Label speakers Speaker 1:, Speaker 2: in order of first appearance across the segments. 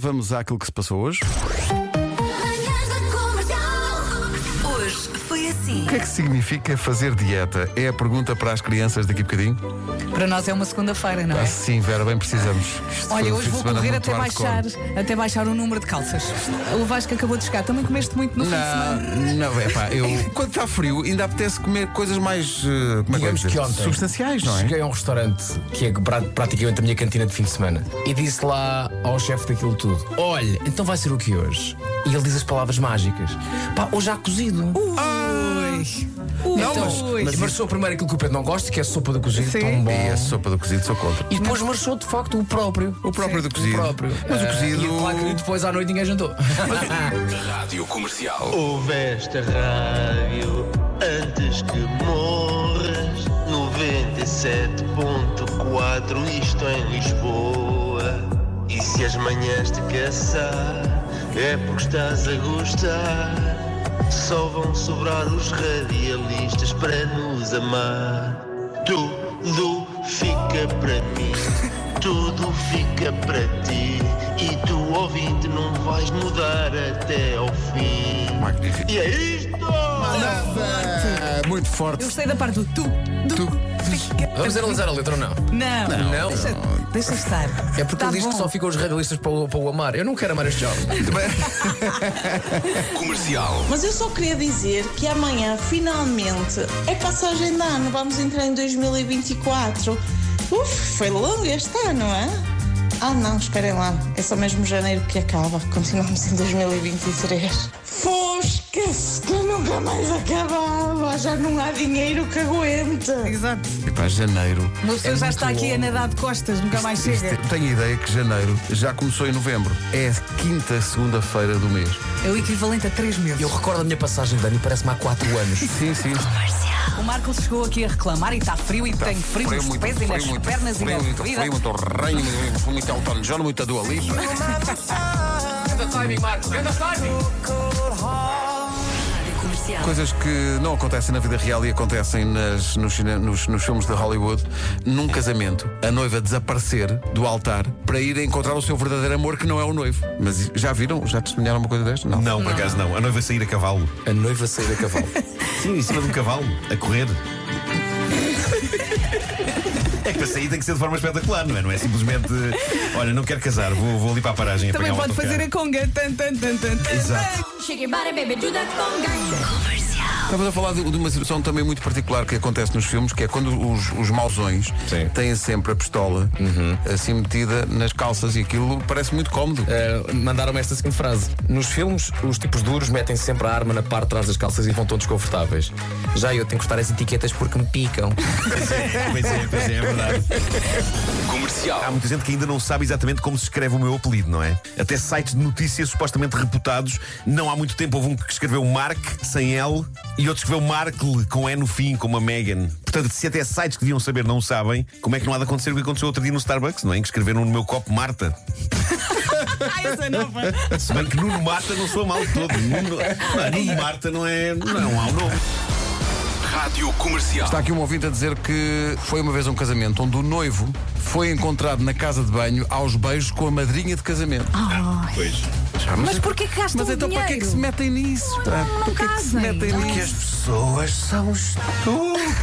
Speaker 1: vamos àquilo que se passou hoje.
Speaker 2: Manhãs da Comercial. Hoje foi assim.
Speaker 1: O que é que significa fazer dieta? É a pergunta para as crianças daqui a bocadinho.
Speaker 3: Para nós é uma segunda-feira, não é?
Speaker 1: Ah, sim, Vera, bem precisamos. Isto foi
Speaker 3: Olha,
Speaker 1: um
Speaker 3: hoje
Speaker 1: fim de
Speaker 3: vou
Speaker 1: semana
Speaker 3: correr
Speaker 1: muito
Speaker 3: até
Speaker 1: hardcore.
Speaker 3: baixar, até baixar o número de calças. O Vasco acabou de chegar. Também comeste muito no fim de semana.
Speaker 1: Não, não, é pá, eu. Quando está frio, ainda apetece comer coisas mais. eh, Como é que eu ia
Speaker 4: Digamos
Speaker 1: dizer?
Speaker 4: que ontem
Speaker 1: Substanciais, não é?
Speaker 4: Cheguei a um restaurante que é pra- praticamente a minha cantina de fim de semana e disse lá ao chefe daquilo tudo: Olha, então vai ser o que hoje? E ele diz as palavras mágicas: Pá, hoje há cozido.
Speaker 3: Ui,
Speaker 4: Não,
Speaker 3: então,
Speaker 4: mas,
Speaker 3: ui.
Speaker 4: mas marchou primeiro aquilo que o Pedro não gosta, que é a sopa do cozido,
Speaker 3: Sim.
Speaker 4: tão bom.
Speaker 1: E a sopa do cozido, sou contra.
Speaker 4: E depois marchou de facto o próprio.
Speaker 1: O próprio do cozido.
Speaker 4: O próprio.
Speaker 1: Mas o
Speaker 4: Ah,
Speaker 1: cozido-
Speaker 4: E claro que depois à noite ninguém jantou.
Speaker 5: Ouve esta rádio antes que morras. 97.4, isto em Lisboa. E se as manhãs te caçar, é porque estás a gostar. Só vão sobrar os radialistas para nos amar. Tudo fica para mim, tudo fica para ti. E tu, ouvinte, não vais mudar até ao fim.
Speaker 1: Oh, Magnífico.
Speaker 5: E é isto!
Speaker 1: Ah, muito forte.
Speaker 3: Eu gostei da parte do tu, do.
Speaker 1: Tu-
Speaker 4: Vamos analisar a letra ou não?
Speaker 3: Não,
Speaker 4: Não.
Speaker 3: Deixa, deixa estar.
Speaker 4: É porque
Speaker 3: Tá
Speaker 4: ele diz
Speaker 3: bom.
Speaker 4: que só ficam os radialistas para o, para o amar. Eu não quero amar este jovem.
Speaker 6: Mas eu só queria dizer que amanhã, finalmente, é passagem de ano, vamos entrar em 2024. Uf, foi longo este ano, é? Ah, não, esperem lá, é só mesmo janeiro que acaba, continuamos em 2023. Fosca-se, que nunca mais acabava, já não há dinheiro que aguente.
Speaker 3: Exato.
Speaker 1: Epá, janeiro. é
Speaker 3: Uma pessoa já está aqui a nadar de costas, nunca mais chega.
Speaker 1: Isto- é- Tenho a ideia que janeiro já começou em novembro. É a quinta segunda-feira do mês.
Speaker 3: É o equivalente a três meses.
Speaker 4: Eu recordo a minha passagem de ano e parece-me há 4 anos.
Speaker 1: Sim, sim.
Speaker 3: O Marcos chegou aqui a reclamar e está frio e tem frio
Speaker 1: Frio
Speaker 3: nos
Speaker 1: muito,
Speaker 3: pés e
Speaker 1: frio
Speaker 3: nas
Speaker 1: muito,
Speaker 3: pernas e
Speaker 1: frio
Speaker 3: na
Speaker 1: muito,
Speaker 3: vida.
Speaker 1: frio muito, ranho, muito, muito Elton John, muita Dua Lipa. Coisas que não acontecem na vida real e acontecem nas- nos, cine- nos- nos filmes de Hollywood. Num casamento, a noiva desaparecer do altar para ir encontrar o seu verdadeiro amor, que não é o noivo. Mas já viram? Já testemunharam uma coisa desta? Não.
Speaker 7: Não, por acaso não. A noiva sair a cavalo.
Speaker 4: A noiva sair a cavalo.
Speaker 7: Sim, em cima de um cavalo, a correr. É que para sair tem que ser de forma espetacular, não é? Não é simplesmente, olha, não quero casar, vou, vou ali para a paragem.
Speaker 3: Também
Speaker 7: apanhar um
Speaker 3: pode fazer a
Speaker 7: autocarro.
Speaker 3: conga. Tan, tan, tan, tan, tan.
Speaker 7: Exato.
Speaker 1: Estamos a falar de, de uma situação também muito particular que acontece nos filmes, que é quando os, os mauzões
Speaker 7: Sim.
Speaker 1: têm sempre a pistola assim metida nas calças e aquilo parece muito cómodo.
Speaker 4: Uh, mandaram-me esta seguinte frase: Nos filmes, os tipos duros metem sempre a arma na parte de trás das calças e vão todos confortáveis. Já eu tenho que cortar as etiquetas porque me picam.
Speaker 7: Pois é, pois é, é verdade. Há muita gente que ainda não sabe exatamente como se escreve o meu apelido, não é? Até sites de notícias supostamente reputados. Não há muito tempo houve um que escreveu Mark sem L e outro escreveu Markle com E no fim, como a Megan. Portanto, se até sites que deviam saber não sabem, como é que não há de acontecer o que aconteceu outro dia no Starbucks, não é? Em que escreveram no meu copo Marta.
Speaker 3: Ai, essa nova.
Speaker 7: Se bem que Nuno Marta não sou mal de todo. Nuno, não, Nuno Marta não é. Não há um nome.
Speaker 1: Está aqui um ouvinte a dizer que foi uma vez um casamento onde o noivo foi encontrado na casa de banho aos beijos com a madrinha de casamento.
Speaker 3: Ah,
Speaker 7: Pois.
Speaker 3: Mas porquê que um gastam
Speaker 1: Mas então para que é que se
Speaker 3: dinheiro?
Speaker 1: metem nisso? pá?
Speaker 3: não
Speaker 1: Porquê é que se
Speaker 3: casem.
Speaker 1: metem
Speaker 3: Não.
Speaker 1: nisso?
Speaker 7: pessoas são estúpidas.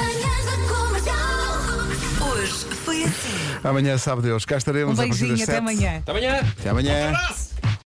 Speaker 2: Manhãs da Comercial. Hoje foi assim.
Speaker 1: Amanhã sabe Deus, cá estaremos
Speaker 3: Um
Speaker 1: a partir
Speaker 3: beijinho,
Speaker 1: das
Speaker 3: até
Speaker 1: é sete.
Speaker 3: amanhã.
Speaker 1: Até amanhã.